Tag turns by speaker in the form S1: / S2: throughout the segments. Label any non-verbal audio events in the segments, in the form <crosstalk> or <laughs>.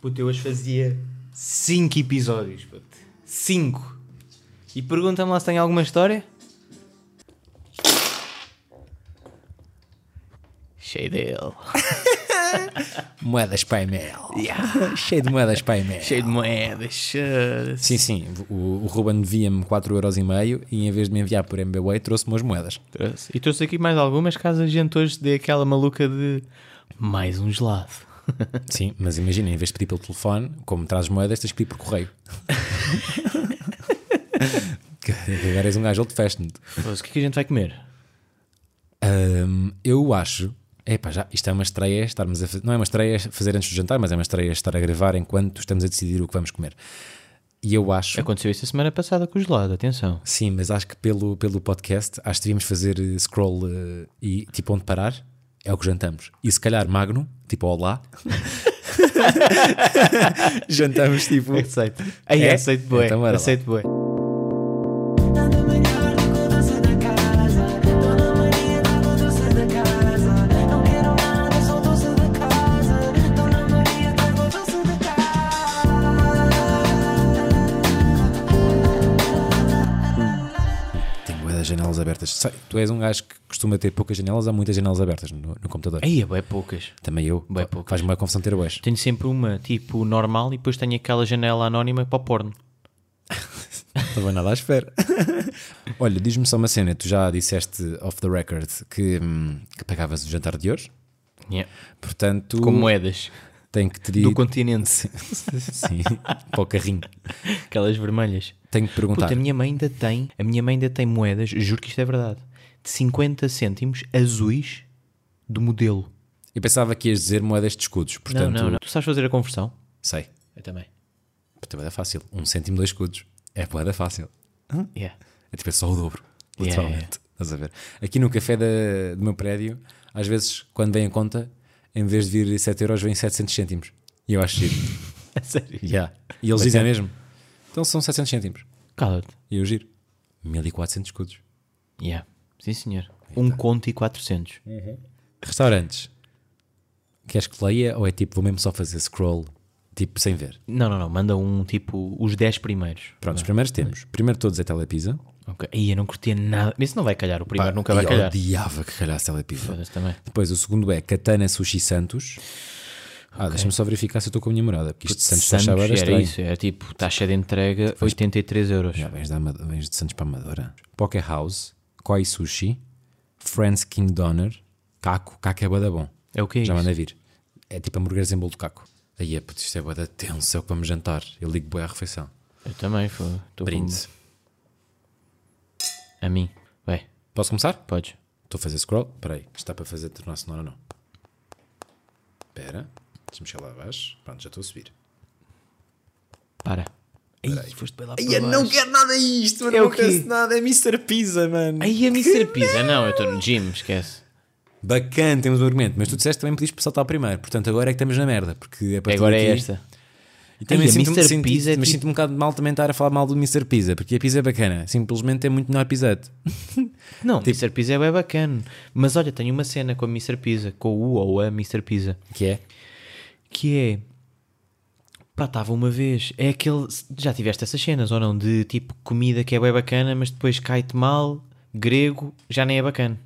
S1: Puto, eu hoje fazia 5 episódios, puto. 5. E pergunta-me lá se tem alguma história. Cheio dele.
S2: Moedas Paimel. <laughs> Cheio de moedas Paimel.
S1: Cheio de moedas.
S2: Sim, sim. O, o Ruben devia-me 4,5€ e em vez de me enviar por MBWay trouxe-me as moedas.
S1: Trouxe. E trouxe aqui mais algumas caso a gente hoje dê aquela maluca de mais um gelado. <laughs>
S2: Sim, mas imagina, em vez de pedir pelo telefone, como trazes moedas, tens de pedir por <laughs> correio. Que Agora és um gajo old fashioned.
S1: Mas o que é que a gente vai comer?
S2: Ahm, eu acho. Epá, já, isto é uma estreia estarmos a fazer. Não é uma estreia fazer antes do jantar, mas é uma estreia estar a gravar enquanto estamos a decidir o que vamos comer. E eu acho.
S1: Aconteceu isso a semana passada com o gelado, atenção.
S2: Sim, mas acho que pelo, pelo podcast, acho que devíamos fazer eh, scroll eh, e tipo onde parar é o que jantamos. E se calhar magno,
S1: <laughs>
S2: tipo olá. jantamos tipo.
S1: Aceito. Aí,
S2: É?
S1: aceito bué.
S2: Então bora lá.
S1: aceito bué.
S3: Dona Maria da Codorça da casa, Dona Maria da Codorça da casa. Não quero nada, sou doce da casa, Dona Maria da Codorça da
S2: Tenho bué das janelas abertas. Sei, tu és um gajo que costuma ter poucas janelas, há muitas janelas abertas no, no computador.
S1: Aí, é bué poucas.
S2: Também eu.
S1: Bué poucas.
S2: Faz-me uma confusão ter boas.
S1: Tenho sempre uma, tipo, normal e depois tenho aquela janela anónima para o porno.
S2: Não vou nada à espera. <laughs> Olha, diz-me só uma cena. Tu já disseste off the record que, hum, que pagavas o jantar de hoje.
S1: Yeah.
S2: Portanto,
S1: Com moedas Tipo.
S2: tenho que te
S1: é do
S2: dizer.
S1: continente.
S2: <laughs> Sim, para o carrinho.
S1: <laughs> Aquelas vermelhas.
S2: Tenho que perguntar.
S1: Puta, a minha mãe ainda tem, a minha mãe ainda tem moedas, juro que isto é verdade, de 50 cêntimos azuis do modelo.
S2: Eu pensava que ias dizer moedas de escudos. Portanto,
S1: não, não, não. Tu sabes fazer a conversão?
S2: sei.
S1: Eu também.
S2: Portanto, é fácil. Um cêntimo, dois escudos. É moeda fácil.
S1: Yeah.
S2: É tipo, é só o dobro,
S1: Yeah,
S2: literalmente. Estás a ver? Aqui no café da- do meu prédio, às vezes, quando vem a conta, em vez de vir 7 euros, vem 700 cêntimos. E eu acho giro.
S1: <laughs> A sério?
S2: yeah. E eles dizem mesmo. Então são 700 cêntimos.
S1: Cala-te.
S2: E eu giro. 1400 escudos.
S1: Yeah. Sim, senhor. Um conto e 400.
S2: Restaurantes. Queres que leia ou é tipo, vou mesmo só fazer scroll, tipo, sem ver?
S1: Não, não, não. Manda um, tipo, os 10 primeiros.
S2: Pronto, os primeiros temos. Primeiro de todos é Telepisa.
S1: Ok. Aí eu não curtia nada. Mas isso não vai calhar. O primeiro nunca vai
S2: eu
S1: calhar.
S2: odiava que calhasse Telepisa.
S1: Foda-se também.
S2: Depois o segundo é Katana Sushi Santos. Ah, deixa-me só verificar se eu estou com a minha morada, porque isto de Santos, Santos
S1: Santos, é
S2: achava era
S1: era
S2: estranho.
S1: isso. Era tipo, taxa de entrega 83 euros.
S2: Já vens, da Ama- vens de Santos para Amadora. Poké House, Koi Sushi, Friends King Donner, Caco, Caco é bué da bom.
S1: É o que é
S2: Já
S1: isso?
S2: manda vir. É tipo hambúrgueres em bolo de caco. Aí é puto, isto é bué da tenso, é o que vamos jantar. Eu ligo bué à refeição.
S1: Eu também. Foi. Tô com-
S2: Brinde.
S1: A mim. Vai.
S2: Posso começar?
S1: Podes.
S2: Estou a fazer scroll. Espera aí, isto está para fazer tornar sonora ou não? Espera, deixa-me chegar lá abaixo. Pronto, já estou a subir.
S1: Para. Ai, foste bem lá para
S2: Ai, eu não quero nada isto, mano.
S1: É
S2: não
S1: o quê?
S2: quero nada, é Mr. Pizza, mano.
S1: Ai, a Mr. Pizza. Não, eu estou no gym, esquece.
S2: Bacana, temos um argumento, mas tu disseste que também pediste para saltar primeiro, portanto agora é que estamos na merda, porque a partir
S1: Agora é
S2: daqui-
S1: esta.
S2: E também
S1: Ai, a
S2: sinto,
S1: Mr.
S2: sinto-
S1: Pizza é
S2: mas
S1: tipo-
S2: sinto um bocado de mal também estar a falar mal do Mr. Pizza, porque a pizza é bacana, simplesmente é muito melhor pizzate.
S1: Não, Mr. Pizza é bem bacana. Mas olha, tenho uma cena com a Mr. Pizza, com o ou a Mr. Pizza,
S2: Que é?
S1: que é. Pá, estava uma vez. É aquele. Já tiveste essas cenas ou não? De tipo comida que é bem bacana, mas depois cai-te mal, grego, já nem é bacana.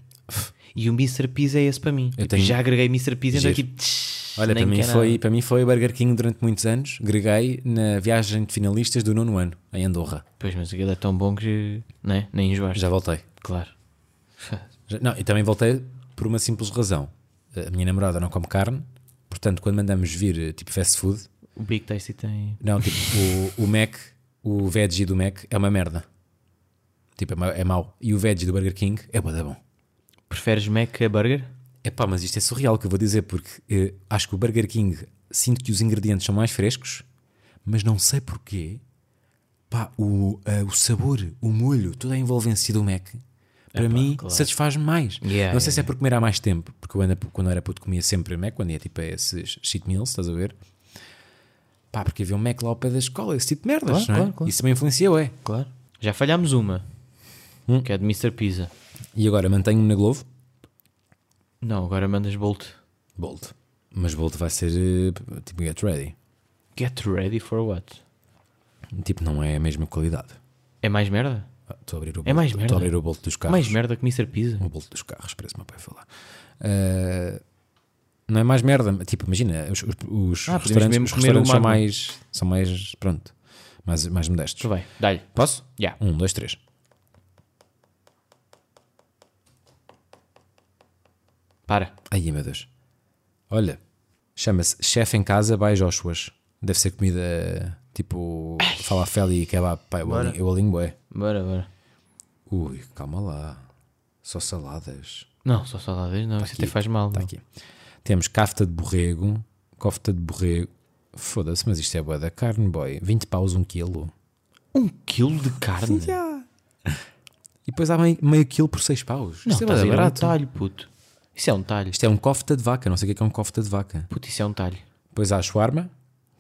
S1: E o Mr. Pizza é esse para mim. Tipo,
S2: tenho-
S1: Já agreguei Mr. Pizza, então é
S2: Giro.
S1: tipo.
S2: Olha, para
S1: nem
S2: mim,
S1: quero
S2: foi,
S1: nada.
S2: para mim foi o Burger King durante muitos anos, greguei na viagem de finalistas do nono ano, em Andorra.
S1: Pois, mas aquilo é tão bom que. Né? Nem enjoaste.
S2: Já voltei.
S1: Claro.
S2: Já- Não, e também voltei por uma simples razão. A minha namorada não come carne, portanto, quando mandamos vir eh, tipo fast food,
S1: <laughs> O Big Tasty tem.
S2: não, tipo, o, o Mac, o veggie do Mac é uma merda. Tipo, é, ma- é mau. E o veggie do Burger King é bué da bom.
S1: Preferes Mac a Burger?
S2: Epá, mas isto é surreal o que eu vou dizer, porque eh, acho que o Burger King sinto que os ingredientes são mais frescos, mas não sei porquê. Pá, o, eh, o sabor, o molho, toda a envolvência do Mac, para mim,
S1: claro.
S2: satisfaz-me mais.
S1: Yeah,
S2: não sei se é por comer há mais tempo, porque eu ando- quando eu era puto comia sempre Mac, quando ia tipo a esses cheat meals, estás a ver? Pá, porque havia um Mac lá ao pé da escola, esse tipo de
S1: Claro,
S2: merdas, não é?
S1: claro, claro.
S2: Isso também influenciou, é.
S1: Claro. Já falhámos uma,
S2: Hum?
S1: que é de Mr. Pizza.
S2: E agora mantenho-me na Globo?
S1: Não, agora mandas Bolt.
S2: Bold. Mas Bolt vai ser eh, tipo Get Ready.
S1: Get ready for what?
S2: Tipo, não é a mesma qualidade.
S1: É mais merda?
S2: Ah, Estou a abrir o
S1: É mais
S2: Bolt-
S1: merda.
S2: Estou a abrir o Bolt dos carros.
S1: Mais merda que Mr. Pizza?
S2: O Bolt dos carros, parece meu pai falar. Ah, não é mais merda, mas, tipo, imagina, os, os- os
S1: Ah, podemos
S2: restaurantes,
S1: mesmo
S2: os
S1: comer
S2: restaurantes
S1: o
S2: são
S1: Magnum.
S2: mais, são mais, pronto, mais, mais modestos.
S1: Tu vai, dá-lhe.
S2: Posso?
S1: Já.
S2: Um, dois, três.
S1: Para.
S2: Ai, meu Deus. Olha, chama-se Chefe em Casa by Joshuas. Deve ser comida tipo falafel e kebab. Pá, eu alinho- eu alinho bué.
S1: Bora, bora.
S2: Ui, calma lá. Só saladas.
S1: Não, só saudades, não. isso
S2: Tá aqui,
S1: até faz mal.
S2: Está
S1: meu.
S2: aqui. Temos cafta de borrego, cofta de borrego. Foda-se, mas isto é bué da carne, boy. 20 paus um quilo.
S1: Um quilo de carne?
S2: E depois há meio, meio quilo por 6 paus.
S1: Não,
S2: isto é
S1: estás a
S2: bué
S1: ir a um
S2: barato.
S1: talho, puto. Isso é um talho.
S2: Isto é um cofta de vaca, não sei o que é que é um cofta de vaca.
S1: Puto, isso é um talho.
S2: Depois há a shawarma,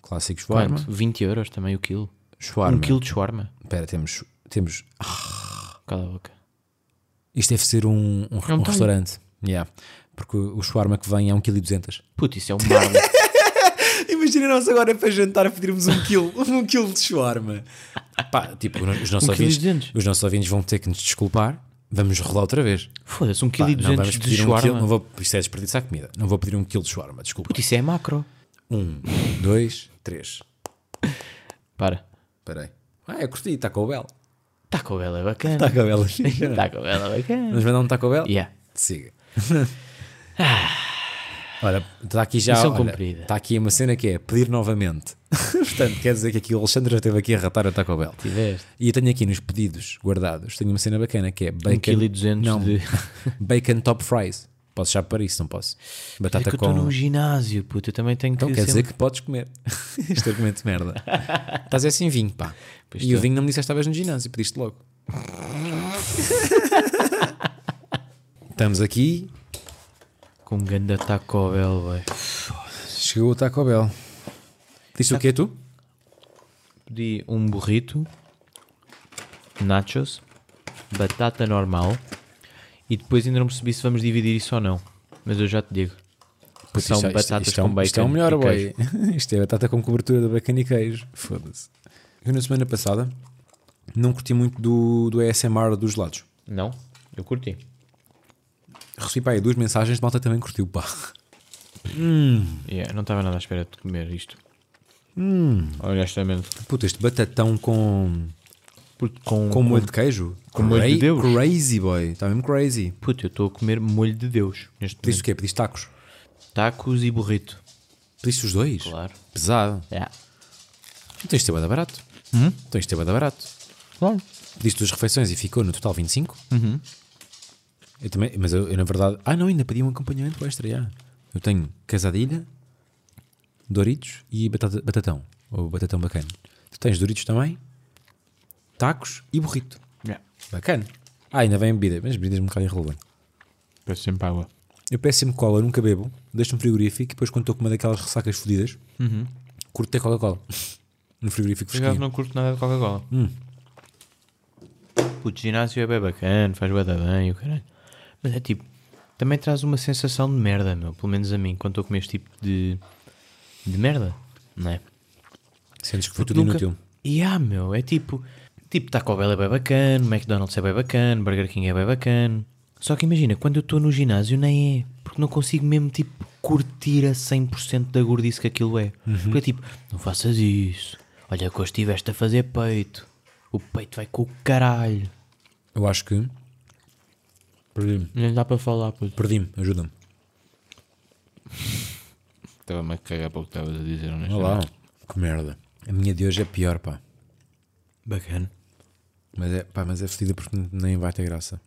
S2: clássico shawarma.
S1: Quanto? 20 euros também o quilo.
S2: Shawarma.
S1: Um quilo de shawarma.
S2: Espera, temos, temos
S1: Cala a boca.
S2: Isto deve ser um, um, um
S1: talho.
S2: restaurante. Yeah. Porque o o shawarma que vem é 1,2kg.
S1: Puto, isso é um
S2: <laughs>
S1: marmo.
S2: Imagina nós agora para jantar a pedirmos 1 kg um quilo <laughs> de shawarma. Pá, tipo, os nossos,
S1: Um quilo e
S2: ouvintes,
S1: duzentos.
S2: os nossos ouvintes vão ter que nos desculpar. Vamos rolar outra vez.
S1: Foda-se, um
S2: Pá,
S1: quilo e
S2: não vamos
S1: duzentos de
S2: pedir um quilo. Não
S1: shawarma.
S2: vou, isto é desperdiçar comida. Não vou pedir um quilo de shawarma, desculpa.
S1: Puto, isso é macro.
S2: Um, dois, três.
S1: Para.
S2: Espera aí. Ah, é curti, Taco Bell.
S1: Taco Bell é bacana.
S2: Taco <laughs> Bell.
S1: Taco Bell é bacana.
S2: Vamos mandar um Taco Bell?
S1: Yeah. <laughs> Ah.
S2: Siga. Olha, está aqui já.
S1: Missão
S2: olha,
S1: cumprida.
S2: Está aqui uma cena que é pedir novamente. <laughs> Portanto, quer dizer que aqui o Alexandre já esteve aqui a ratar o Taco Bell.
S1: Tiveste.
S2: E eu tenho aqui nos pedidos guardados, tenho uma cena bacana que é bacon.
S1: Um quilo e duzentos
S2: não,
S1: de-
S2: <laughs> Bacon top fries. Posso já para isso, não posso?
S1: É que
S2: Batata
S1: eu estou
S2: com.
S1: num ginásio, puto. Eu também tenho que
S2: Então quer
S1: ser-
S2: dizer que podes comer. <laughs> este argumento de merda. Estás assim vinho, pá.
S1: Pois
S2: e o
S1: estou.
S2: vinho não me disseste que estavas no ginásio,
S1: <laughs>
S2: pediste logo. Estamos aqui,
S1: Com um ganda Taco Bell, velho.
S2: Chegou o Taco Bell. Disse o quê, tu?
S1: Pedi um burrito, nachos, batata normal e depois ainda não percebi se vamos dividir isso ou não. Mas eu já te digo.
S2: Putz,
S1: São
S2: isto é-
S1: batatas
S2: isto é
S1: com
S2: um-
S1: bacon.
S2: Isto é o melhor,
S1: e
S2: boy.
S1: queijo.
S2: <laughs> Isto é batata com cobertura de bacon e queijo. Foda-se. Eu, na semana passada, não curti muito do, do ASMR dos lados.
S1: Não, eu curti.
S2: Recebi, pá, aí duas mensagens, malta também curtiu, pá. <laughs>
S1: Yeah, não estava nada à espera de comer isto.
S2: Hum.
S1: Honestamente.
S2: Puta, este batatão com,
S1: Puto, com,
S2: com molho de queijo.
S1: com molho de Deus.
S2: Crazy, boy. Está mesmo crazy.
S1: Puto, eu estou a comer molho de Deus neste
S2: Pediste o quê? Pediste tacos?
S1: momento. Tacos e burrito.
S2: Pediste os dois?
S1: Claro.
S2: Pesado.
S1: Yeah.
S2: Então isto é bué da barato.
S1: Hum?
S2: Então isto é bué da barato.
S1: Claro.
S2: Pediste duas refeições e ficou no total 25? Eu também, mas eu, eu, na verdade. Ah, não, ainda pedi um acompanhamento extra, já. Eu tenho casadilha, Doritos e batata- batatão. Ou batatão bacana. Tu tens Doritos também, tacos e burrito.
S1: Yeah.
S2: Bacana. Ah, ainda vem bebida, mas bebidas um bocado irrelevante.
S1: Peço sempre água.
S2: Eu peço sempre cola, nunca bebo, deixo no frigorífico e depois quando estou com uma daquelas ressacas fodidas, curto ter Coca-Cola. No frigorífico
S1: Por acaso
S2: fresquinho.
S1: não curto nada de Coca-Cola. Puto, ginásio é bem bacana, faz bué da bem e o caralho. Mas é tipo, também traz uma sensação de merda, meu. Pelo menos a mim, quando estou a comer este tipo de, de merda, não é?
S2: Sentes que foi
S1: Porque
S2: tudo
S1: nunca-
S2: inútil.
S1: E há, meu, é tipo, tipo Taco Bell é bem bacana, McDonald's é bem bacana, Burger King é bem bacana. Só que imagina, quando eu estou no ginásio nem é, porque não consigo mesmo tipo curtir a 100% da gordice que aquilo é.
S2: Uhum.
S1: Porque é tipo, não faças isso. Olha que hoje estiveste a fazer peito. O peito vai com o caralho.
S2: Eu acho que. Perdi-me,
S1: Nem dá para falar, puto.
S2: perdi-me, ajuda-me.
S1: Estava-me a cagar para o que estavas a dizer, não
S2: Olá. Que merda. A minha de hoje é pior, pá.
S1: Bacana.
S2: Mas é, pá, mas é fedida porque nem vai ter graça.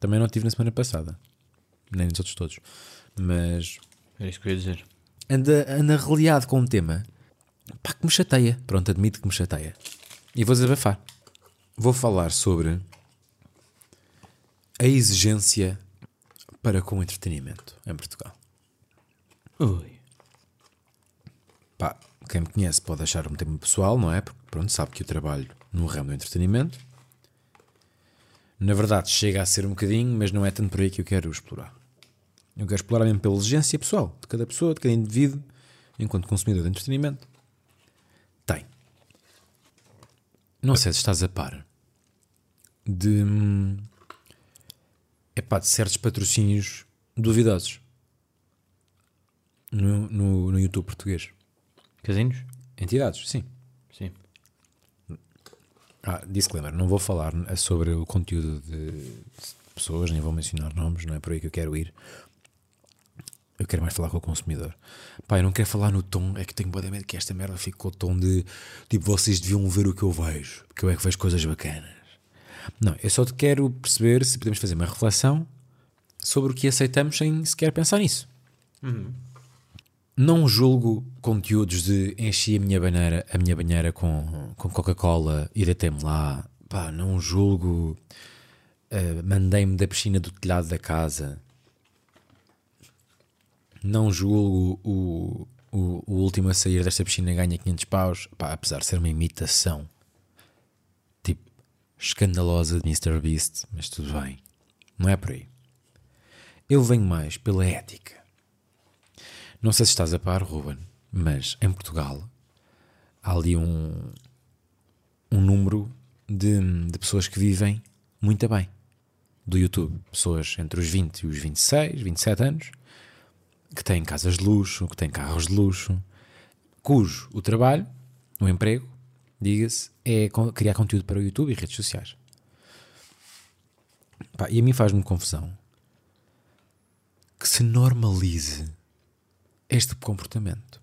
S2: Também não tive na semana passada. Nem nos outros todos. Mas
S1: Era isso que eu ia dizer.
S2: anda, anda reliado com um tema. Pá, que me chateia. Pronto, admito que me chateia. E vou desabafar. Vou falar sobre a exigência para com o entretenimento em Portugal.
S1: Ui.
S2: pá, quem me conhece pode achar um tema pessoal, não é? Porque pronto, sabe que eu trabalho no ramo do entretenimento. Na verdade, chega a ser um bocadinho, mas não é tanto por aí que eu quero explorar. Eu quero explorar mesmo pela exigência pessoal de cada pessoa, de cada indivíduo, enquanto consumidor de entretenimento. Tem. Não sei se estás a par de. É pá, de certos patrocínios duvidosos no, no, no YouTube português.
S1: Casinos?
S2: Entidades, sim.
S1: Sim.
S2: Ah, disclaimer, não vou falar eh, sobre o conteúdo de pessoas, nem vou mencionar nomes, não é por aí que eu quero ir. Eu quero mais falar com o consumidor. Pá, eu não quero falar no tom, é que tenho bué de medo que esta merda fique com o tom de tipo, vocês deviam ver o que eu vejo, porque eu é que vejo coisas bacanas. Não, eu só te quero perceber se podemos fazer uma reflexão sobre o que aceitamos sem sequer pensar nisso. Não julgo conteúdos de enchi a minha banheira, a minha banheira com, com Coca-Cola e deitei-me lá. Pá, não julgo. eh, Mandei-me da piscina do telhado da casa. Não julgo o, o, o último a sair desta piscina ganha 500 paus. Pá, apesar de ser uma imitação tipo escandalosa de Mr. Beast, mas tudo bem. Não é por aí. Eu venho mais pela ética. Não sei se estás a par, Ruben, mas em Portugal há ali um, um número de, de pessoas que vivem muito bem do YouTube. Pessoas entre os 20 e os 26, 27 anos, que têm casas de luxo, que têm carros de luxo, cujo o trabalho, o emprego, diga-se, é con- criar conteúdo para o YouTube e redes sociais. Pá, e a mim faz-me confusão que se normalize este comportamento.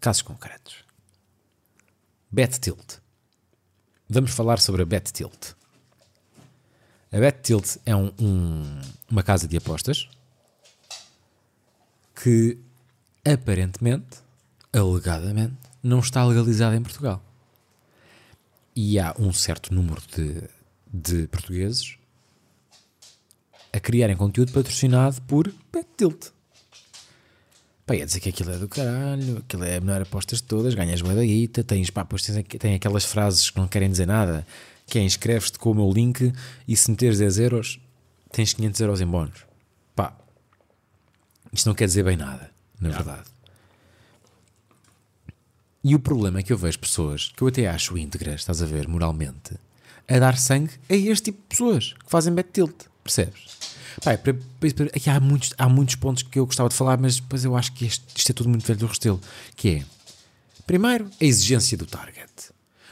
S2: Casos concretos. Bet Tilt. Vamos falar sobre a Bet Tilt. A Bet Tilt é um- um- uma casa de apostas que aparentemente, alegadamente, não está legalizada em Portugal. E há um certo número de, de portugueses a criarem conteúdo patrocinado por Bet Tilt. Pá, ia dizer que aquilo é do caralho, aquilo é a melhor apostas de todas, ganhas bué da guita, tens, pá, pois tens, aqu- tem aquelas frases que não querem dizer nada, que é inscreves-te com o meu link e se meteres 10 euros, tens 500 euros em bónus. Pá, isto não quer dizer bem nada, na verdade. E o problema é que eu vejo pessoas que eu até acho íntegras, estás a ver, moralmente, a dar sangue a este tipo de pessoas que fazem bet tilt, percebes? Pá, é para- para- para- aqui há muitos, há muitos pontos que eu gostava de falar, mas depois eu acho que este- isto é tudo muito velho do Restelo. Que é, primeiro, a exigência do target.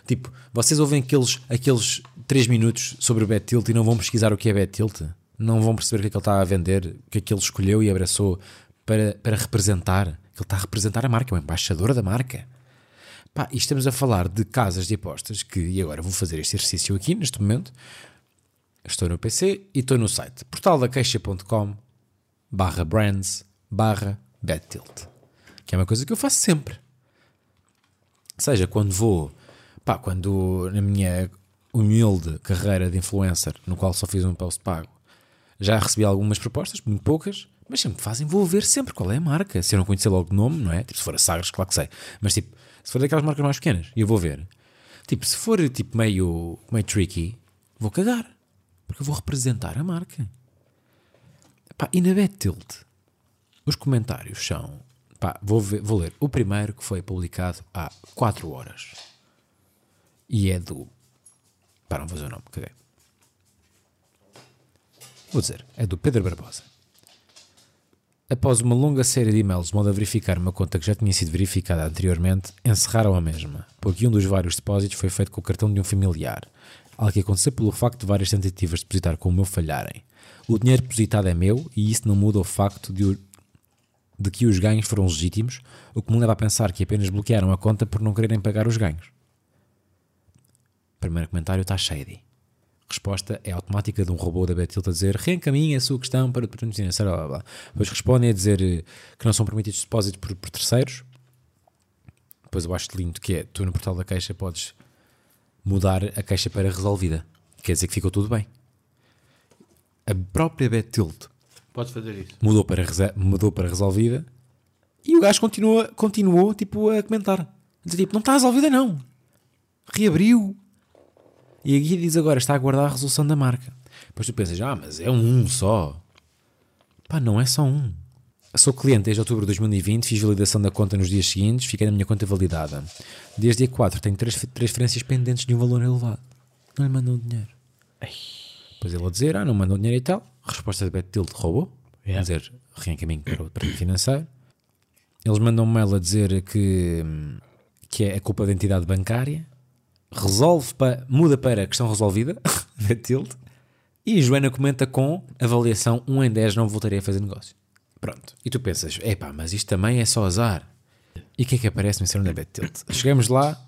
S2: Tipo, vocês ouvem aqueles, aqueles 3 minutos sobre o bet tilt e não vão pesquisar o que é bet tilt? Não vão perceber o que é que ele está a vender, o que é que ele escolheu e abraçou para, para representar? Que ele está a representar a marca, é o embaixador da marca. Pá, e estamos a falar de casas de apostas que, e agora vou fazer este exercício aqui neste momento. Estou no PC e estou no site portaldaqueixa.com barra brands barra bettilt, que é uma coisa que eu faço sempre. Seja quando vou, pá, quando na minha humilde carreira de influencer, no qual só fiz um post pago, já recebi algumas propostas, muito poucas, mas sempre fazem, vou ver sempre qual é a marca. Se eu não conhecer logo o nome, não é? Tipo, se for a Sagres, claro que sei. Mas tipo, se for daquelas marcas mais pequenas, eu vou ver. Tipo, se for tipo meio, meio tricky, vou cagar. Porque eu vou representar a marca. Pá, e na Bet Tilt, os comentários são. Pá, vou, ver- vou ler o primeiro que foi publicado há 4 horas. E é do. Pá, não vou dizer o nome, caguei. Vou dizer, é do Pedro Barbosa. Após uma longa série de e-mails de modo a verificar uma conta que já tinha sido verificada anteriormente, encerraram a mesma, porque um dos vários depósitos foi feito com o cartão de um familiar, algo que aconteceu pelo facto de várias tentativas de depositar com o meu falharem. O dinheiro depositado é meu e isso não muda o facto de, o- de que os ganhos foram legítimos, o que me leva a pensar que apenas bloquearam a conta por não quererem pagar os ganhos. Primeiro comentário está shady. Resposta é automática de um robô da Betilda a dizer reencaminha a sua questão para o departamento financeiro, blá, blá, blá. Depois respondem a dizer eh, que não são permitidos depósitos por, por terceiros. Depois eu acho lindo que é, tu no portal da queixa podes mudar a queixa para resolvida. Quer dizer que ficou tudo bem. A própria Betilde
S1: Podes fazer isso.
S2: mudou para, rese- mudou para resolvida e o gajo continua, continuou tipo, a comentar. A dizer, tipo, não está resolvida não. Reabriu. E a guia diz agora, está a aguardar a resolução da marca. Depois tu pensas, ah, mas é um só. um Pá, não é só um. Sou cliente desde outubro de 2020, fiz validação da conta nos dias seguintes, fiquei na minha conta validada. Desde dia 4 tenho três transferências pendentes de um valor elevado. Não lhe mandam dinheiro. Depois ele a dizer, ah, não mandam dinheiro e tal. Resposta de Beto Tilde, roubou.
S1: Yeah.
S2: dizer, reencaminho para o para o financeiro. Eles mandam um mail a dizer que, hum, que é a culpa da entidade bancária. Resolve para, muda para questão resolvida, <laughs> da Tilde. E Joana comenta com avaliação 1 em 10, não voltarei a fazer negócio. Pronto. E tu pensas, epá, mas isto também é só azar. E o que é que aparece no Instagram da Bet Tilt? Chegamos lá,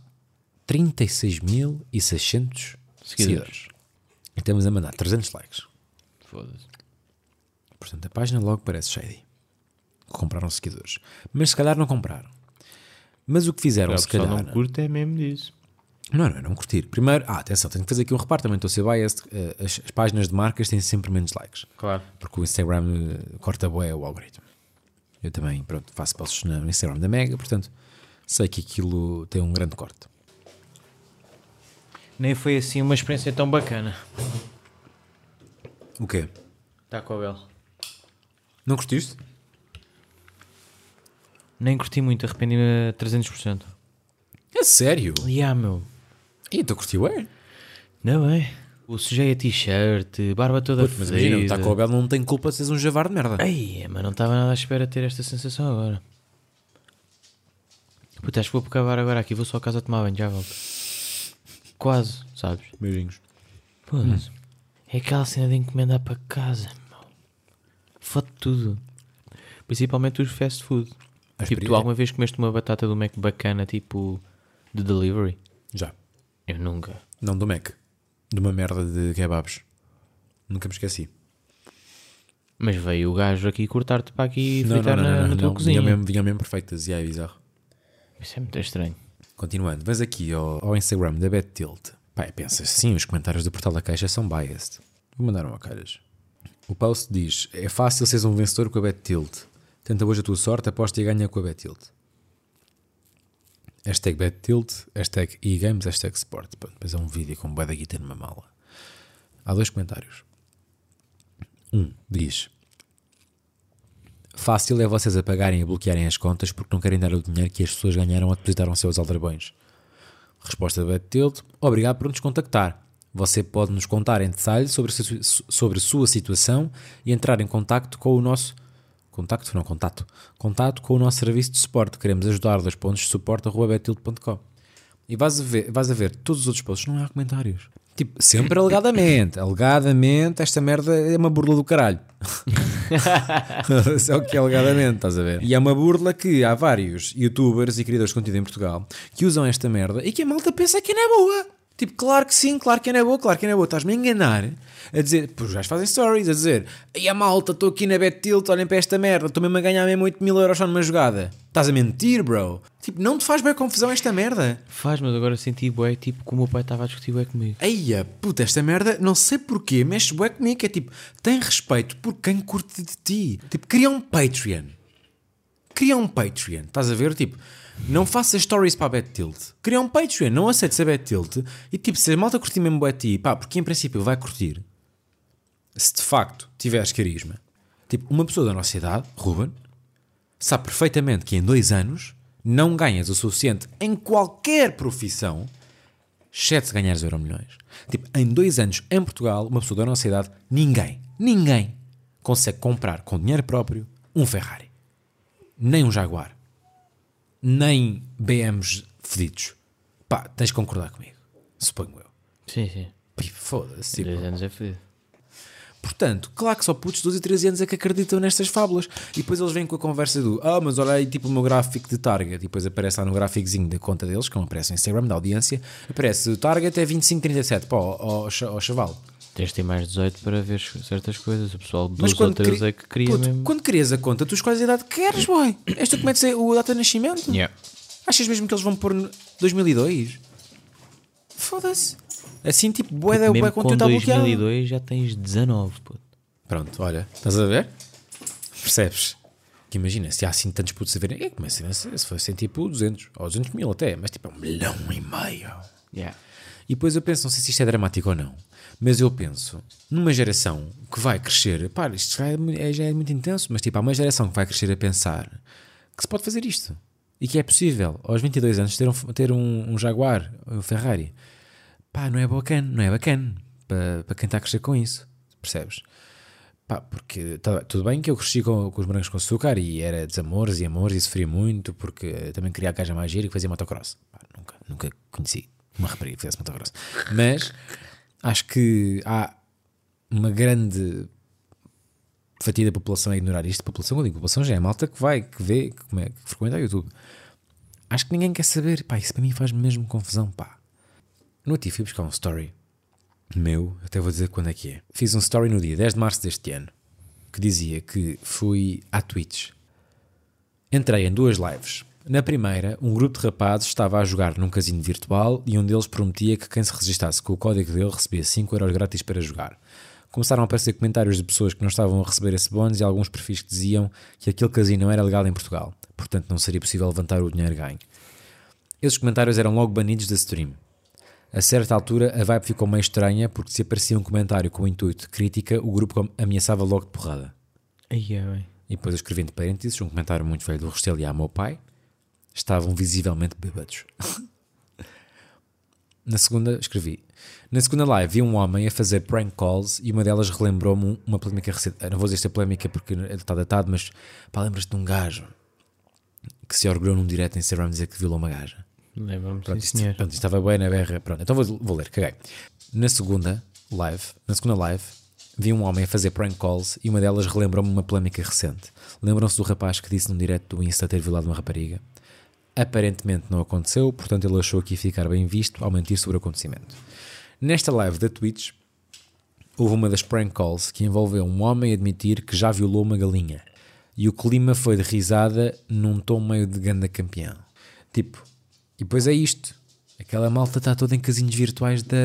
S2: 36.600 seguidores. E estamos a mandar 300 likes.
S1: Foda-se.
S2: Portanto, a página logo parece shady. Compraram seguidores. Mas se calhar não compraram. Mas o que fizeram,
S1: O
S2: se
S1: pessoal
S2: calhar.
S1: não curta é mesmo disso.
S2: Não, não, não curtir. Primeiro, ah, atenção, tenho que fazer aqui um reparo também. Estou a ser biased. eh, As, as páginas de marcas têm sempre menos likes.
S1: Claro.
S2: Porque o Instagram eh, corta boé o algoritmo. Eu também, pronto, faço posts no Instagram da Mega, portanto, sei que aquilo tem um grande corte.
S1: Nem foi assim uma experiência tão bacana.
S2: O quê?
S1: Está Tá com a Bel.
S2: Não curtiste?
S1: Nem curti muito, arrependi-me a 300%.
S2: É sério?
S1: Yeah, meu.
S2: E tu curtiu, é?
S1: Ainda bem. O sujei a t-shirt, barba toda
S2: Puto, Mas imagina, o
S1: fedida.
S2: Taco Bell não tem culpa de seres um javar de merda.
S1: Ei, mas não estava nada à espera de ter esta sensação agora. Puta, acho que vou acabar agora aqui, vou só a casa tomar banho, já volto. Quase, sabes?
S2: Beijinhos.
S1: Foda-se. É aquela cena de encomendar para casa, meu. Fode tudo. Principalmente os fast food.
S2: A
S1: tipo, tu
S2: experiência-
S1: alguma vez comeste uma batata do Mac bacana, tipo, de delivery?
S2: Já.
S1: Eu nunca.
S2: Não do Mac. De uma merda de kebabs. Nunca me esqueci.
S1: Mas veio o gajo aqui cortar-te para aqui e
S2: Não, não,
S1: fritar
S2: não,
S1: na,
S2: não,
S1: na
S2: não,
S1: tua
S2: não.
S1: cozinha.
S2: Vinham mesmo, vinham mesmo perfeitas e é bizarro.
S1: Isso é muito estranho.
S2: Continuando, vais aqui ao, ao Instagram da Bet Tilt. Pai, pensas, sim, assim, os comentários do Portal da Caixa são biased. Vou mandar um ao calhas. O post diz: É fácil seres um vencedor com a Bet Tilt. Tenta hoje a tua sorte, aposta e ganha com a Bet Tilt. Hashtag Bet Tilt, hashtag eGames, hashtag Sport. Pronto, Depois é um vídeo com um bué da guita numa mala. Há dois comentários. Um diz: Fácil é vocês apagarem e bloquearem as contas porque não querem dar o dinheiro que as pessoas ganharam ou depositaram seus aldrabões. Resposta da Tilt: Obrigado por nos contactar. Você pode nos contar em detalhe sobre, a situ- sobre a sua situação e entrar em contacto com o nosso. Contacto? Não, contato. Contato com o nosso serviço de suporte. Queremos ajudar. Dois pontos de suporte, arroba betilt.com. E vais a, ver, vais a ver todos os outros posts, não há comentários. Tipo, sempre alegadamente. <laughs> Alegadamente, esta merda é uma burla do caralho. <laughs> Isso é o que é alegadamente, estás a ver? E é uma burla que há vários youtubers e criadores de conteúdo em Portugal que usam esta merda e que a malta pensa que não é boa. Tipo, claro que sim, claro que não é boa, claro que não é boa. Estás-me a enganar a dizer, pois já fazem stories, a dizer, e a malta, estou aqui na Bet Tilt, olhem para esta merda, estou mesmo a ganhar mesmo 8 mil euros só numa jogada. Estás a mentir, bro. Tipo, não te faz bem confusão esta merda.
S1: Faz, mas agora senti bué, tipo, como o meu pai estava a discutir bué comigo.
S2: Eia, puta, esta merda, não sei porquê, mexe bué comigo, é tipo, tem respeito por quem curte de ti. Tipo, cria um Patreon. Cria um Patreon, estás a ver? Tipo, não faças stories para a Bet Tilt. Cria um Patreon, não aceites a Bet Tilt. E tipo, se a malta curtir mesmo bué de ti, pá, porque em princípio vai curtir. Se de facto tiveres carisma. Tipo, uma pessoa da nossa idade, Ruben, sabe perfeitamente que em dois anos não ganhas o suficiente em qualquer profissão exceto se ganhares euro milhões. Tipo, em dois anos em Portugal, uma pessoa da nossa idade, ninguém, ninguém consegue comprar com dinheiro próprio um Ferrari, nem um Jaguar, nem BMs fedidos. Pá, tens de concordar comigo, suponho eu.
S1: Sim, sim.
S2: Pi, Foda-se. tipo,
S1: Dois anos é fedido.
S2: Portanto, claro que só putos de 12 e 13 anos é que acreditam nestas fábulas. E depois eles vêm com a conversa do Ah, mas olha aí, tipo o meu gráfico de Target. E depois aparece lá no gráficozinho da conta deles, que não aparece no Instagram, da audiência. Aparece o Target é 25,37. Pá, ó, ó, cha- ó chaval.
S1: Tens de ter mais 18 para ver certas coisas. O pessoal
S2: Mas
S1: dos
S2: quando,
S1: outros
S2: cri-
S1: é que queria
S2: Puto,
S1: mesmo.
S2: quando crias a conta, tu escolhes a idade que queres, boy. És tu que metes o data de nascimento.
S1: Yeah.
S2: Achas mesmo que eles vão pôr no 2002? Foda-se. Assim, tipo, bué da bué
S1: Mesmo com
S2: conteúdo está bloqueado.
S1: 2002 já tens 19, puto.
S2: Pronto, olha, estás a ver? Percebes? Que imagina, se há assim tantos putos a verem, é, começa a ser, se fossem tipo 200 ou 200 mil até, mas tipo é um milhão e meio. E depois eu penso, não sei se isto é dramático ou não, Mas eu penso, numa geração que vai crescer, pá, isto já é, mu- é- já é muito intenso, mas tipo, há uma geração que vai crescer a pensar que se pode fazer isto e que é possível aos 22 anos ter um, ter um, um Jaguar, um Ferrari. Pá, não é bacana, não é bacana para, para quem está a crescer com isso, percebes? Pá, porque tá- tudo bem que eu cresci com, com os brancos com açúcar e era desamores e amores e sofri muito porque eh, também queria a gaja mais gira que fazia motocross. Pá, nunca, nunca conheci uma rapariga que fizesse motocross. Mas acho que há uma grande fatia da população a ignorar isto. População, eu digo, população já é a malta que vai, que vê, que, come- que frequenta o YouTube. Acho que ninguém quer saber. Pá, isso para mim faz mesmo confusão, pá. No outro dia fui buscar um story meu, até vou dizer quando é que é. Fiz um story no dia 10 de março deste ano que dizia que fui à Twitch. Entrei em duas lives. Na primeira, um grupo de rapazes estava a jogar num casino virtual e um deles prometia que quem se registasse com o código dele recebia 5 euros grátis para jogar. Começaram a aparecer comentários de pessoas que não estavam a receber esse bónus e alguns perfis que diziam que aquele casino não era legal em Portugal, portanto não seria possível levantar o dinheiro ganho. Esses comentários eram logo banidos da stream. A certa altura, a vibe ficou meio estranha porque se aparecia um comentário com o intuito de crítica, o grupo com- ameaçava logo de porrada.
S1: Aí é bem.
S2: E depois eu escrevi entre parênteses um comentário muito velho do Restelo e ao meu pai. Estavam visivelmente bêbados. <laughs> Na segunda, escrevi. Na segunda live vi um homem a fazer prank calls e uma delas relembrou-me um- uma polémica recente. Ah, Não vou dizer esta polémica porque é está datado, mas pá, lembras-te de um gajo que se orgulhou num direto em Instagram dizer que violou uma gaja?
S1: Lembra-me,
S2: Pronto,
S1: sim,
S2: isto, é
S1: senhor.
S2: pronto, isto estava bem na berra. Pronto, então vou, vou ler, caguei. Na segunda live, na segunda live, vi um homem a fazer prank calls e uma delas relembrou-me uma polémica recente. Lembram-se do rapaz que disse num direto do Insta ter violado uma rapariga? Aparentemente não aconteceu, portanto ele achou que ia ficar bem visto ao mentir sobre o acontecimento. Nesta live da Twitch, houve uma das prank calls que envolveu um homem a admitir que já violou uma galinha. E o clima foi de risada num tom meio de ganda campeão. Tipo, e depois é isto. Aquela malta está toda em casinhos virtuais da,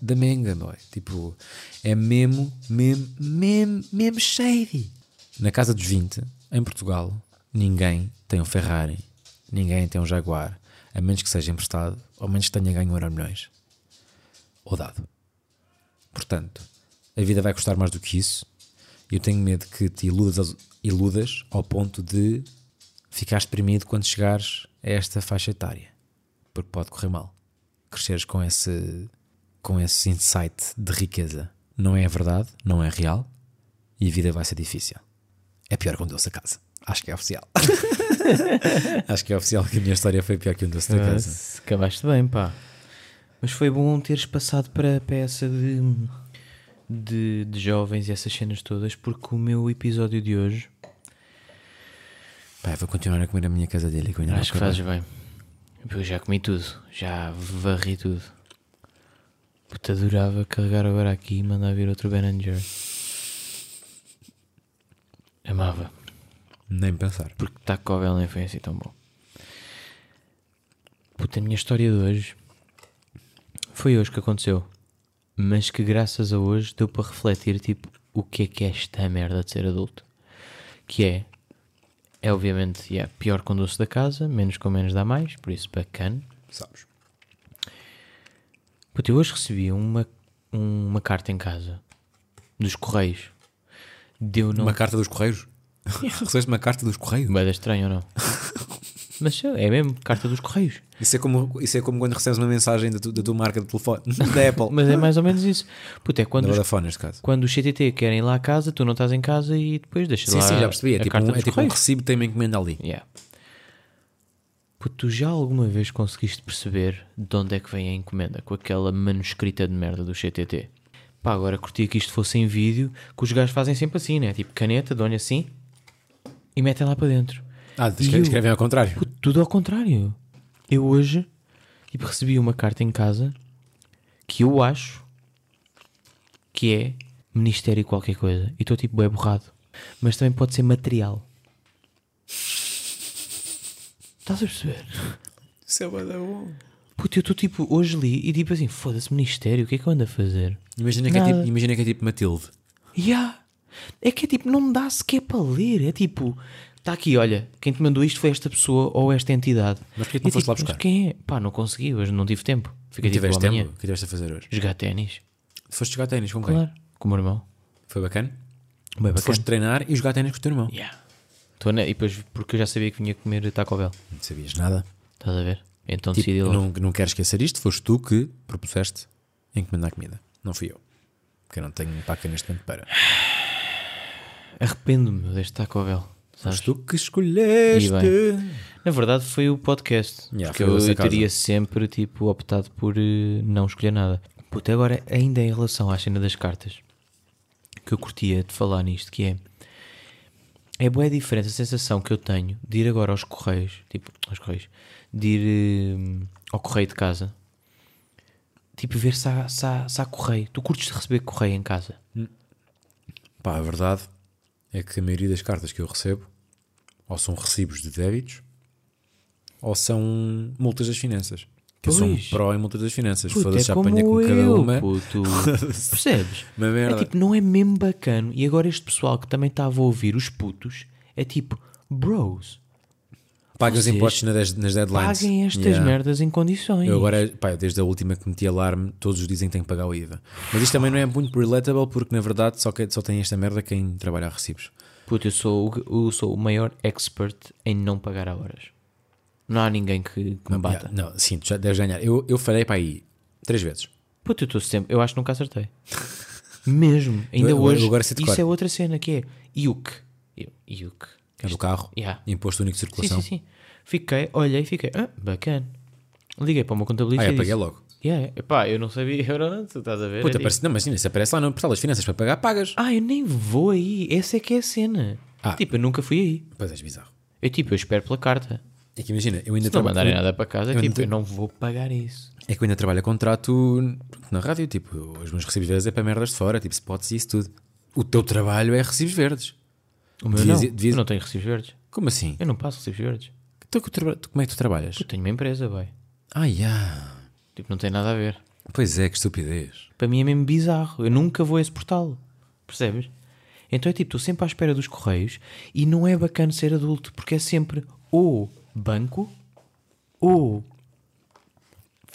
S2: da Menga, não é? Tipo, é mesmo, mesmo, mesmo, mesmo shady. Na casa dos 20, em Portugal, ninguém tem um Ferrari, ninguém tem um Jaguar, a menos que seja emprestado, ou a menos que tenha ganho um euro milhões. Ou dado. Portanto, a vida vai custar mais do que isso. E eu tenho medo que te iludas, aos- iludas ao ponto de ficar deprimido quando chegares a esta faixa etária. Porque pode correr mal. Cresceres com esse, com esse insight de riqueza. Não é verdade, não é real. E a vida vai ser difícil. É pior que um doce a casa. Acho que é oficial. <laughs> Acho que é oficial que a minha história foi pior que um doce da
S1: Ah,
S2: casa.
S1: se acabaste bem, pá. Mas foi bom teres passado para a peça de, de, de jovens e essas cenas todas, porque o meu episódio de hoje
S2: Pá, eu vou continuar a comer a minha casadilha que eu ainda não
S1: acho que
S2: acabei.
S1: fazes bem. Eu já comi tudo, já varri tudo. Puta, adorava carregar agora aqui e mandar vir outro Ben Jerry. Amava,
S2: Nem pensar.
S1: porque Taco Bell nem foi assim tão bom. Puta, a minha história de hoje foi hoje que aconteceu. Mas que graças a hoje deu para refletir, tipo, o que é que é esta merda de ser adulto. Que é, é obviamente, yeah, pior com doce da casa, menos com menos dá mais, por isso bacana.
S2: Sabes?
S1: Puta, eu hoje recebi uma, um- uma carta em casa, dos correios. Deu não
S2: Uma carta dos <laughs> correios? Recebeste uma carta dos correios?
S1: Bada estranho ou não? Mas é mesmo, carta dos correios.
S2: Isso é como, isso é como quando recebes uma mensagem da, tu- da tua marca de telefone, <laughs> da Apple,
S1: Mas é mais ou menos isso. Puta, é
S2: da
S1: quando os,
S2: Vodafone, neste caso.
S1: quando os CTT querem ir lá a casa, tu não estás em casa e depois deixas
S2: Sim,
S1: lá
S2: sim, já percebi. É
S1: a
S2: tipo,
S1: carta
S2: um, é
S1: dos
S2: tipo um
S1: correios.
S2: recibo que tem uma encomenda ali.
S1: Yeah. Puto, tu já alguma vez conseguiste perceber de onde é que vem a encomenda com aquela manuscrita de merda do CTT? Pá, agora curtia que isto fosse em vídeo, que os gajos fazem sempre assim, né? Tipo caneta, dão-lhe assim e metem lá para dentro.
S2: Ah,
S1: E eu-
S2: escrevem, escrevem ao contrário.
S1: Puto, tudo ao contrário. Eu hoje tipo, recebi uma carta em casa que eu acho que é Ministério qualquer coisa. E estou tipo bem borrado. Mas também pode ser material. Estás a perceber?
S2: Isso é bom.
S1: Puto, eu estou tipo, hoje li e tipo assim, foda-se, Ministério, o que é que eu ando a fazer?
S2: Imagina que, é tipo,
S1: Nada.
S2: imagina que é tipo Matilde.
S1: Yeah. É que é tipo, não me dá sequer para ler. É tipo, está aqui, olha, quem te mandou isto foi esta pessoa ou esta entidade.
S2: Mas porquê que não
S1: E,
S2: foste lá
S1: tipo, mas
S2: buscar?
S1: Quem é? Pá, não consegui, hoje não tive tempo. Fiquei
S2: Que
S1: tipo
S2: tiveste
S1: amanhã.
S2: tempo? O que tiveste a fazer hoje?
S1: Jogar ténis.
S2: Foste jogar ténis com quem?
S1: Claro. Com o meu irmão.
S2: Foi bacana?
S1: Bem bacana.
S2: Foste treinar e jogar ténis com o teu irmão.
S1: Yeah. Tô na- E depois, porque eu já sabia que vinha comer Taco Bell.
S2: Não sabias nada.
S1: Estás a ver? Então
S2: Tipo,
S1: decidi logo.
S2: não, não quero esquecer isto, foste tu que propuseste encomendar comida. Não fui eu. Porque eu não tenho paca neste momento para.
S1: Arrependo-me deste Taco Bell. sabes?
S2: Foste tu que escolheste.
S1: E Na verdade foi o podcast.
S2: Yeah,
S1: porque
S2: foi
S1: eu,
S2: essa
S1: eu
S2: casa.
S1: teria sempre tipo, optado por eh, não escolher nada. Puta, agora ainda em relação à cena das cartas, que eu curtia de falar nisto, que é... É boa diferente a sensação que eu tenho de ir agora aos correios, tipo, aos correios, de ir eh, ao correio de casa, tipo, ver se há, se há- se há correio. Tu curtes de receber correio em casa?
S2: Pá, a verdade é que a maioria das cartas que eu recebo ou são recibos de débitos ou são multas das finanças. Que eu sou um
S1: Pois.
S2: pró em multas das finanças.
S1: Puta,
S2: Foda-se, já apanhei com cada
S1: é eu,
S2: uma. <laughs>
S1: puto. Percebes?
S2: Uma merda.
S1: É tipo, não é mesmo bacana. E agora este pessoal que também estava a ouvir, os putos, é tipo, bros,
S2: Paga os
S1: Vocês
S2: impostos na des- nas deadlines.
S1: paguem estas
S2: Yeah.
S1: merdas em condições.
S2: Eu agora, pá, desde a última que meti alarme, todos dizem que tenho que pagar o IVA. Mas isto também não é muito relatable porque, na verdade, só, que, é- só tem esta merda quem trabalha a recibos.
S1: Puto, eu sou, o- eu sou o maior expert em não pagar a horas. Não há ninguém que, que me bata.
S2: Yeah, não, sim, tu já deves ganhar. Eu, eu falei para aí três vezes.
S1: Puto, eu estou sempre. Eu acho que nunca acertei. Mesmo. Ainda
S2: <laughs> Eu- eu
S1: hoje.
S2: agora sei de
S1: isso
S2: cor.
S1: é outra cena que é IUC. Eu- IUC.
S2: É do carro,
S1: Yeah.
S2: imposto único de
S1: Sim,
S2: circulação.
S1: sim, sim. Fiquei, olhei e fiquei. Ah, bacana. Liguei para uma contabilista.
S2: Ah,
S1: e
S2: eu
S1: disse,
S2: paguei logo.
S1: Yeah, é." epá, eu não sabia, <laughs> eu não, tu estás a ver?
S2: Puta,
S1: É
S2: parece, não, mas sim, se aparece lá no portal das finanças para pagar, pagas.
S1: tipo, ah, eu nem vou aí, essa é que é a cena.
S2: Ah.
S1: Tipo, eu nunca fui aí.
S2: Pois é, bizarro.
S1: Eu tipo, eu espero pela carta.
S2: É que imagina, eu ainda
S1: Se não
S2: traba-
S1: mandarem nada para casa,
S2: eu não
S1: tipo,
S2: tenho-
S1: eu não vou pagar isso.
S2: É que eu ainda trabalho a contrato na rádio, tipo, os meus recibos verdes é para merdas de fora, tipo spots e isso tudo. O teu trabalho é recibos verdes.
S1: O meu
S2: Devias-
S1: não,
S2: devias-
S1: eu não tenho recibos verdes.
S2: Como assim?
S1: Eu não passo recibos verdes.
S2: Então, que tu traba- tu- como é que tu trabalhas?
S1: Eu tenho uma empresa, vai.
S2: Ah, yeah.
S1: Tipo, não tem nada a ver.
S2: Pois é, que estupidez.
S1: Para mim é mesmo bizarro. Eu nunca vou a esse portal. Percebes? Então é tipo, estou sempre à espera dos correios e não é bacana ser adulto porque é sempre ou banco ou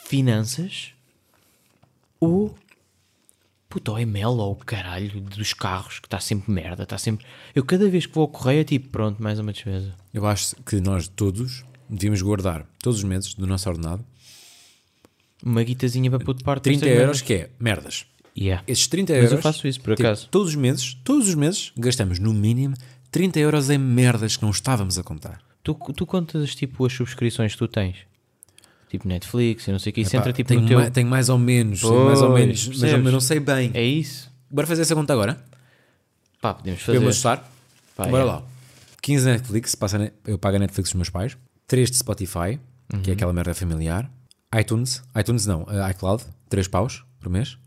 S1: finanças ou puto, ou é mel ou o caralho dos carros que está sempre merda. Está sempre. Eu cada vez que vou ao correio é tipo, pronto, mais uma despesa.
S2: Eu acho que nós todos devíamos guardar todos os meses do nosso ordenado
S1: Uma guitazinha para pôr de parte.
S2: 30
S1: destas merdas.
S2: euros, que é merdas.
S1: Yeah.
S2: Esses 30
S1: Mas eu
S2: euros.
S1: faço isso, por
S2: tipo,
S1: acaso.
S2: todos os meses, todos os meses, gastamos no mínimo 30 euros em merdas que não estávamos a contar.
S1: Tu, tu contas tipo as subscrições que tu tens? Tipo Netflix e não sei o que, isso
S2: Pá,
S1: entra tipo
S2: tenho,
S1: no teu.
S2: ma- tenho mais ou menos, tenho mais ou
S1: Pois,
S2: menos, mas eu
S1: percebes?
S2: não sei bem.
S1: É isso?
S2: Bora fazer essa conta agora?
S1: Pá, podemos
S2: Para eu me
S1: fazer.
S2: ajustar?
S1: Pá,
S2: Bora
S1: é.
S2: lá. 15 Netflix, passa ne- eu pago a Netflix dos meus pais. 3 de Spotify, que é
S1: Uhum.
S2: aquela merda familiar. iTunes, iTunes não, eh, iCloud, 3 paus por mês.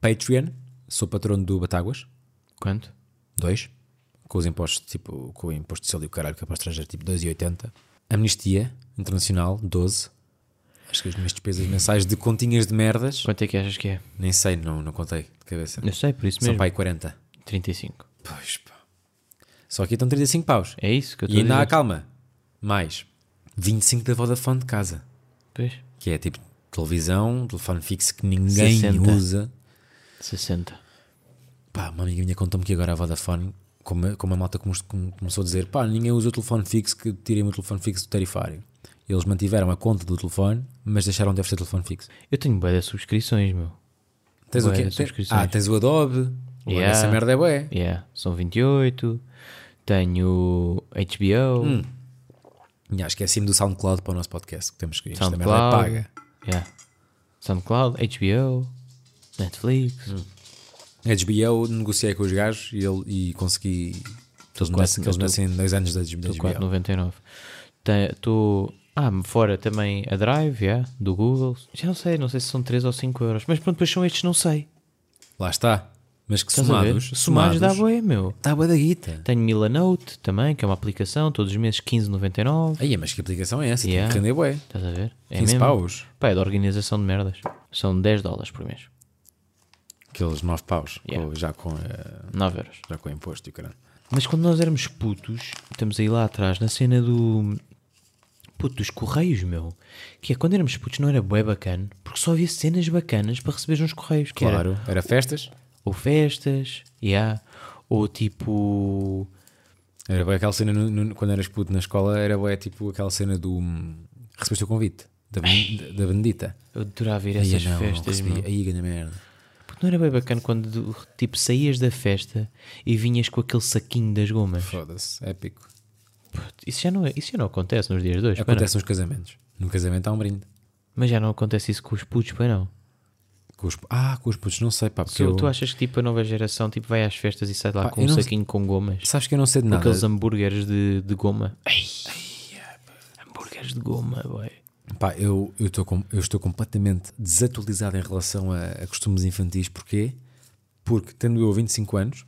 S2: Patreon, sou patrono do Batáguas,
S1: Quanto?
S2: 2. Com os impostos, tipo, com o imposto de selo e o caralho que é para estrangeiro, tipo 2,80. Amnistia Internacional, 12. Acho que as minhas despesas mensais de continhas de merdas.
S1: Quanto é que achas que é?
S2: Nem sei, não, não contei de cabeça.
S1: Eu sei, por isso
S2: São
S1: mesmo.
S2: pai 40.
S1: 35.
S2: Pois pá. Só aqui estão 35 paus.
S1: É isso que eu
S2: E
S1: estou a
S2: ainda há
S1: dizer.
S2: calma. Mais 25 da Vodafone de casa.
S1: Pois.
S2: Que é tipo televisão, telefone fixo que ninguém
S1: 60.
S2: usa.
S1: 60.
S2: Pá, uma amiga minha contou-me que agora a Vodafone, como, a- como a malta come- come- começou a dizer, pá, ninguém usa o telefone fixo, que tirem o telefone fixo do tarifário. Eles mantiveram a conta do telefone, mas deixaram de oferecer telefone fixo.
S1: Eu tenho boas subscrições, meu.
S2: Tens o
S1: Bué
S2: quê?
S1: de
S2: Tem-
S1: subscrições.
S2: ah, tens o Adobe. Logo
S1: Yeah.
S2: Essa merda é bué.
S1: Yeah. São 28. Tenho HBO.
S2: Yeah, Esqueci-me é do SoundCloud para o nosso podcast, que temos que esta merda é
S1: SoundCloud.
S2: paga.
S1: Yeah. SoundCloud, HBO, Netflix.
S2: HBO, negociei com os gajos e, ele- e consegui que eles me
S1: quase-
S2: dessem- que eles me
S1: eu
S2: dessem dois anos da da
S1: Tipo,
S2: HBO.
S1: 4,99. Estou. Ah, fora também a Drive, yeah, do Google. Já não sei, não sei se são 3 ou 5 euros. Mas pronto, depois são estes, não sei.
S2: Lá está. Mas que
S1: Estás a ver?
S2: somados, somados,
S1: dá boé, meu.
S2: dá boa da guita.
S1: Tenho Milanote também, que é uma aplicação, todos os meses 15,99.
S2: Aí, mas que aplicação é essa?
S1: Yeah.
S2: Tem que render bué.
S1: Estás a ver? É
S2: 15
S1: mesmo?
S2: paus.
S1: Pá, é da organização de merdas. São 10 dólares por mês.
S2: Aqueles 9 paus.
S1: Yeah.
S2: com- já, com, eh,
S1: 9 euros.
S2: já com imposto e o caralho.
S1: Mas quando nós éramos putos, estamos aí lá atrás, na cena do. Puto, dos correios, meu. Que é quando éramos putos não era bué bacana, porque só havia cenas bacanas para receber nos correios. que era
S2: Claro, era festas,
S1: ou festas, yeah, ou tipo.
S2: era bué aquela cena no- no- quando eras puto na escola, era bué, tipo aquela cena do hum, recebeste o convite da, ben- da bendita.
S1: Eu adorava ir a
S2: Aí
S1: essas
S2: não, não
S1: festas,
S2: recebi.
S1: meu.
S2: aí ganha merda.
S1: Porque não era bem bacana quando tipo saías da festa e vinhas com aquele saquinho das gomas.
S2: Foda-se, épico.
S1: Puto, Isso já, não, é- isso já não acontece nos dias de hoje, pois não?
S2: Acontece nos casamentos. No casamento há um brinde.
S1: mas já não acontece isso com os putos, pois não?
S2: Com os- ah, com os putos, não sei, pá, porque
S1: Tu,
S2: eu,
S1: tu achas que tipo a nova geração tipo, vai às festas e sai de lá
S2: Pá,
S1: com
S2: eu
S1: um
S2: não-
S1: saquinho com gomas?
S2: sabes que eu não sei de nada.
S1: Aqueles hambúrgueres de, de goma. Ai, hambúrgueres de goma, boy.
S2: Pá, eu, eu, tô com- eu estou completamente desatualizado em relação a, a costumes infantis. Porquê? Porque, tendo eu 25 anos,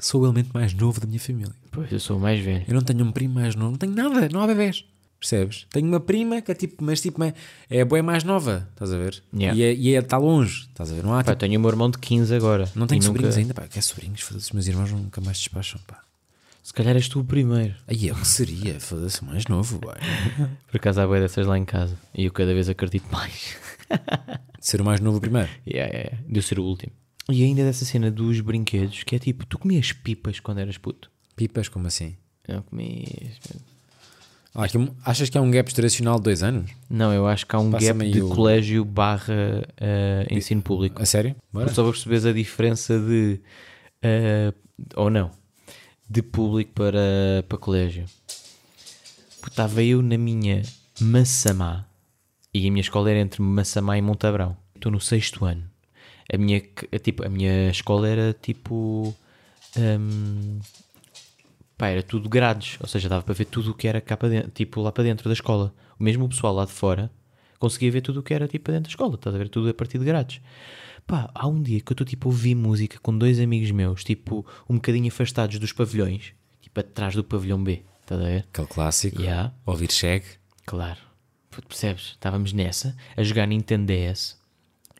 S2: sou o elemento mais novo da minha família.
S1: Pois eu sou o mais velho.
S2: Eu não tenho um primo mais novo, não tenho nada, não há bebés. Percebes? Tenho uma prima que é tipo, mas tipo, é- é a boia mais nova, estás a ver?
S1: Yeah.
S2: E é- E está longe, estás a ver? Não há
S1: Pá,
S2: tipo,
S1: tenho o meu irmão de 15 agora.
S2: não tenho
S1: E nunca-
S2: sobrinhos ainda, pá, quer sobrinhos, foda-se, os meus irmãos nunca mais despacham, pá.
S1: Se calhar és tu o primeiro.
S2: Aí é o que seria, foda-se, mais novo, bué.
S1: Por acaso há boia dessas lá em casa. E eu cada vez acredito mais. <laughs>
S2: Ser o mais novo primeiro.
S1: yeah, yeah, yeah. De eu ser o último. E ainda dessa cena dos brinquedos, que é tipo, tu comias pipas quando eras puto?
S2: Pipas, como assim?
S1: Eu Não comias.
S2: Ah, aqui um- achas que é um gap geracional de dois anos?
S1: Não, eu acho que há um
S2: Passa-me
S1: gap
S2: aí
S1: de
S2: o-
S1: colégio barra ah, ensino público.
S2: A sério? Bora?
S1: Só para perceberes a diferença de. ah, ou não. De público para, para colégio. Porque Estava eu na minha Massamá. E a minha escola era entre Massamá e Montabrão. Estou no sexto ano. A minha, c- a, tipo, a minha escola era tipo. hum, pá, era tudo grades. Ou seja, dava para ver tudo o que era cá para dentro, tipo, lá para dentro da escola. O mesmo pessoal lá de fora conseguia ver tudo o que era tipo, para dentro da escola. Estás a ver tudo a partir de grades. Pá, há um dia que eu estou tipo a ouvir música com dois amigos meus, tipo, um bocadinho afastados dos pavilhões, tipo atrás do pavilhão B. Estás a ver?
S2: Aquele clássico.
S1: Yeah.
S2: Ouvir chegue.
S1: Claro. Puto, Percebes? Estávamos nessa, a jogar Nintendo DS,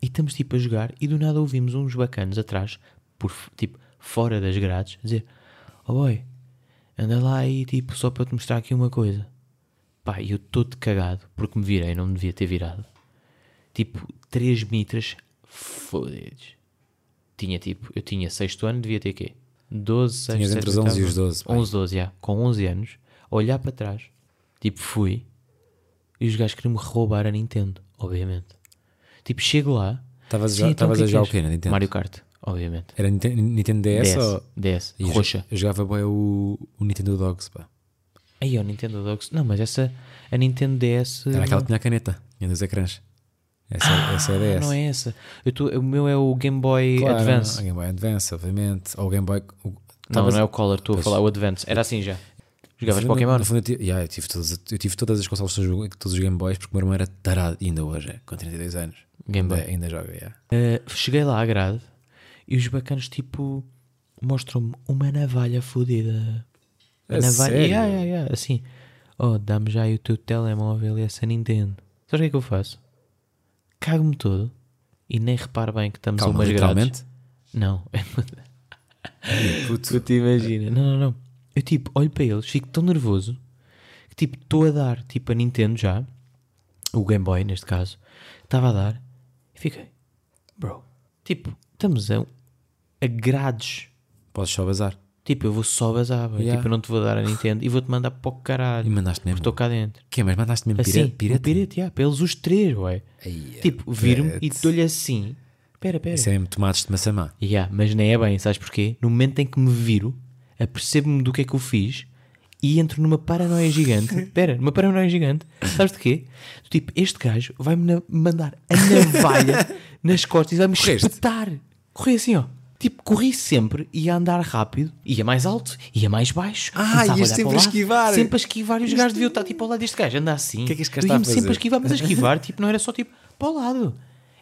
S1: e estamos tipo a jogar, e do nada ouvimos uns bacanos atrás, por, f- tipo, fora das grades, dizer: Oh boy, anda lá aí, tipo, só para te mostrar aqui uma coisa. Pá, e eu todo cagado, porque me virei, não me devia ter virado. Tipo, três mitras fodidos. Tinha tipo, eu tinha sexto ano, devia ter quê? 12, 6,
S2: Tinhas entre os 11 e os 12, pá.
S1: 11, 12, já. Com 11 anos, a olhar para trás, tipo, fui. E os gajos queriam-me roubar a Nintendo, obviamente. Tipo, chego lá.
S2: Estavas a
S1: "Sim,
S2: jogar-
S1: então
S2: estavas a
S1: que
S2: jogar o
S1: queres?"
S2: quê na Nintendo?
S1: Mario Kart, obviamente.
S2: Era Nintendo, Nintendo DS,
S1: DS,
S2: ou.
S1: DS,
S2: E eu
S1: roxa.
S2: jo- Eu jogava bem o, o Nintendo Dogs, pá.
S1: Aí, ó, Nintendo Dogs. Não, mas essa, a Nintendo DS.
S2: Era aquela Ah, é que tinha a caneta, tinha dois ecrãs. Essa, essa é a DS.
S1: Não é essa. Eu tô, o meu é o Game Boy
S2: Claro,
S1: Advance.
S2: O Game Boy Advance, obviamente. Ou o Game Boy. o-
S1: Não,
S2: Estavas-
S1: não é o Color, estou a
S2: Pois.
S1: falar o Advance. Era assim já. Jogavas
S2: No fundo,
S1: Pokémon?
S2: no fundo, eu, tive, yeah, eu, tive todas, eu tive todas as consoles, todos, os- todos os Game Boys, porque o meu irmão era tarado, e ainda hoje, é, com 32 anos.
S1: Game
S2: ainda,
S1: Boy.
S2: ainda joga, yeah.
S1: Eh, cheguei lá à grade e os bacanos, tipo, mostram-me uma navalha fodida. Uma
S2: A
S1: navalha.
S2: sério?
S1: Yeah, yeah, yeah. Assim, oh, dá-me já aí o teu telemóvel e essa Nintendo. Sabes o que é que eu faço? Cago-me todo e nem reparo bem que estamos
S2: Calma,
S1: a umas grades.
S2: literalmente.
S1: Não, <laughs> é
S2: Puto.
S1: Tu te imaginas? Não, não, não. Eu tipo, olho para eles, fico tão nervoso que tipo, estou a dar, tipo, a Nintendo já, o Game Boy neste caso, estava a dar e fiquei, bro, tipo, estamos a, a grades.
S2: eh, Podes só bazar.
S1: Tipo, eu vou só bazar, bro.
S2: Yeah.
S1: tipo, eu não te vou dar a Nintendo e vou-te mandar para o caralho.
S2: E mandaste mesmo.
S1: Estou cá dentro.
S2: Que Mas mandaste mesmo
S1: Assim,
S2: pirata? pirata?
S1: pirata, pirata, yeah, para eles os três, ué.
S2: Ai,
S1: tipo, viro-me e
S2: pet.
S1: dou-lhe assim. Espera, espera.
S2: Isso é mesmo tomates de maçã má.
S1: Yeah, mas nem é bem, sabes porquê? No momento em que me viro, apercebo-me do que é que eu fiz e entro numa paranoia gigante.
S2: <laughs>
S1: Espera, numa paranoia gigante. Sabes de quê? Do Tipo, este gajo vai-me na- mandar a navalha
S2: <laughs>
S1: nas costas e vai-me
S2: Correste?
S1: espetar. Corri assim, ó. Tipo, corri sempre, ia andar rápido, ia mais alto, ia mais baixo.
S2: Ah,
S1: começava a olhar
S2: ias
S1: para
S2: sempre
S1: o
S2: a
S1: lado,
S2: esquivar.
S1: Sempre a esquivar e os gajos deviam estar tipo ao lado deste gajo, anda assim. O
S2: que é que este
S1: eu
S2: gajo está a
S1: ia-me sempre
S2: fazer?
S1: a esquivar, mas a
S2: <laughs>
S1: esquivar tipo, não era só tipo para o lado.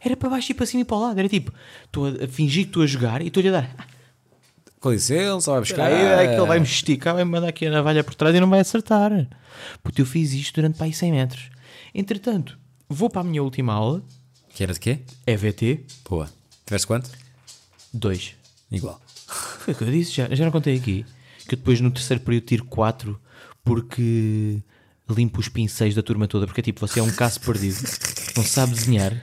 S1: Era para baixo e para cima e para o lado. Era tipo, estou a a fingir que estou a jogar e estou-lhe a dar.
S2: Com licença, vai buscar.
S1: Aí é que ele vai me esticar, vai me mandar aqui a navalha por trás e não vai acertar. Porque eu fiz isto durante para aí 100 metros. Entretanto, vou para a minha última aula,
S2: Que era de quê?
S1: EVT
S2: Boa. Tiveste quanto?
S1: 2.
S2: Igual.
S1: Foi o que eu disse, já, já não contei aqui. Que eu depois no terceiro período tiro 4 porque limpo os pincéis da turma toda, porque é tipo, você é um caso perdido, não sabe desenhar.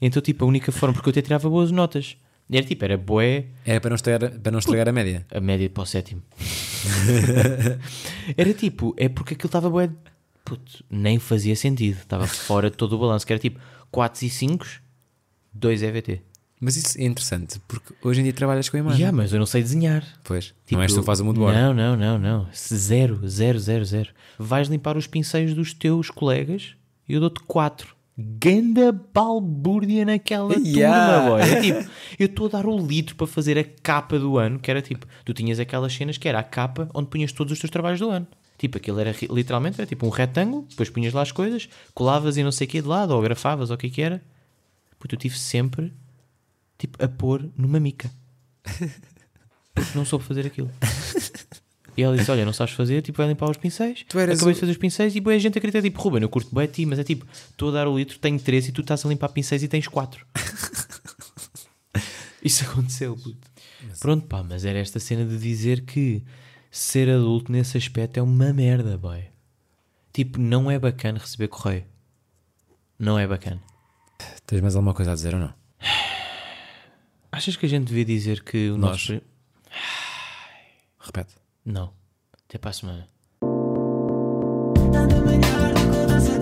S1: Então, tipo, a única forma, porque eu até tirava boas notas, era tipo, era boé,
S2: Era É para não estragar, para não estragar a média.
S1: a média para o sétimo. era tipo, é porque aquilo estava bué. Puto, nem fazia sentido. Estava fora de todo o balanço. Que era tipo 4 e 5, 2 EVT.
S2: Mas isso é interessante, porque hoje em dia trabalhas com a
S1: Ah,
S2: imagem.
S1: mas eu não sei desenhar.
S2: Pois,
S1: Tipo,
S2: não é és tu que faz o mundo board.
S1: Não, não, não, não. Zero, zero, zero, zero. Vais limpar os pincéis dos teus colegas e eu dou-te 4. Ganda balbúrdia naquela
S2: Yeah.
S1: turma, boy. É tipo, eu estou a dar o litro para fazer a capa do ano, que era tipo, tu tinhas aquelas cenas que era a capa onde punhas todos os teus trabalhos do ano. Tipo, aquilo era ri- literalmente, era tipo um retângulo, depois punhas lá as coisas, colavas e não sei o que de lado, ou grafavas, ou o que que era. Puto, eu tive sempre, tipo, a pôr numa mica. Porque não soube fazer aquilo. E ela disse: Olha, não sabes fazer, tipo, vai limpar os pincéis.
S2: Tu eras
S1: Acabei
S2: o-
S1: de fazer os pincéis e boa a gente a acredita, tipo, Ruben, eu curto bem a ti, mas é tipo, estou a dar o litro, tenho três e tu estás a limpar pincéis e tens quatro. <laughs> Isso aconteceu, puto. Pronto, pá, mas era esta cena de dizer que ser adulto nesse aspecto é uma merda, boy. Tipo, não é bacana receber correio. Não é bacana.
S2: Tens mais alguma coisa a dizer ou não?
S1: Achas que a gente devia dizer que o
S2: Nós.
S1: nosso. pri-
S2: Repete.
S1: Não. Até para a semana.
S3: Tá na manhã, recordança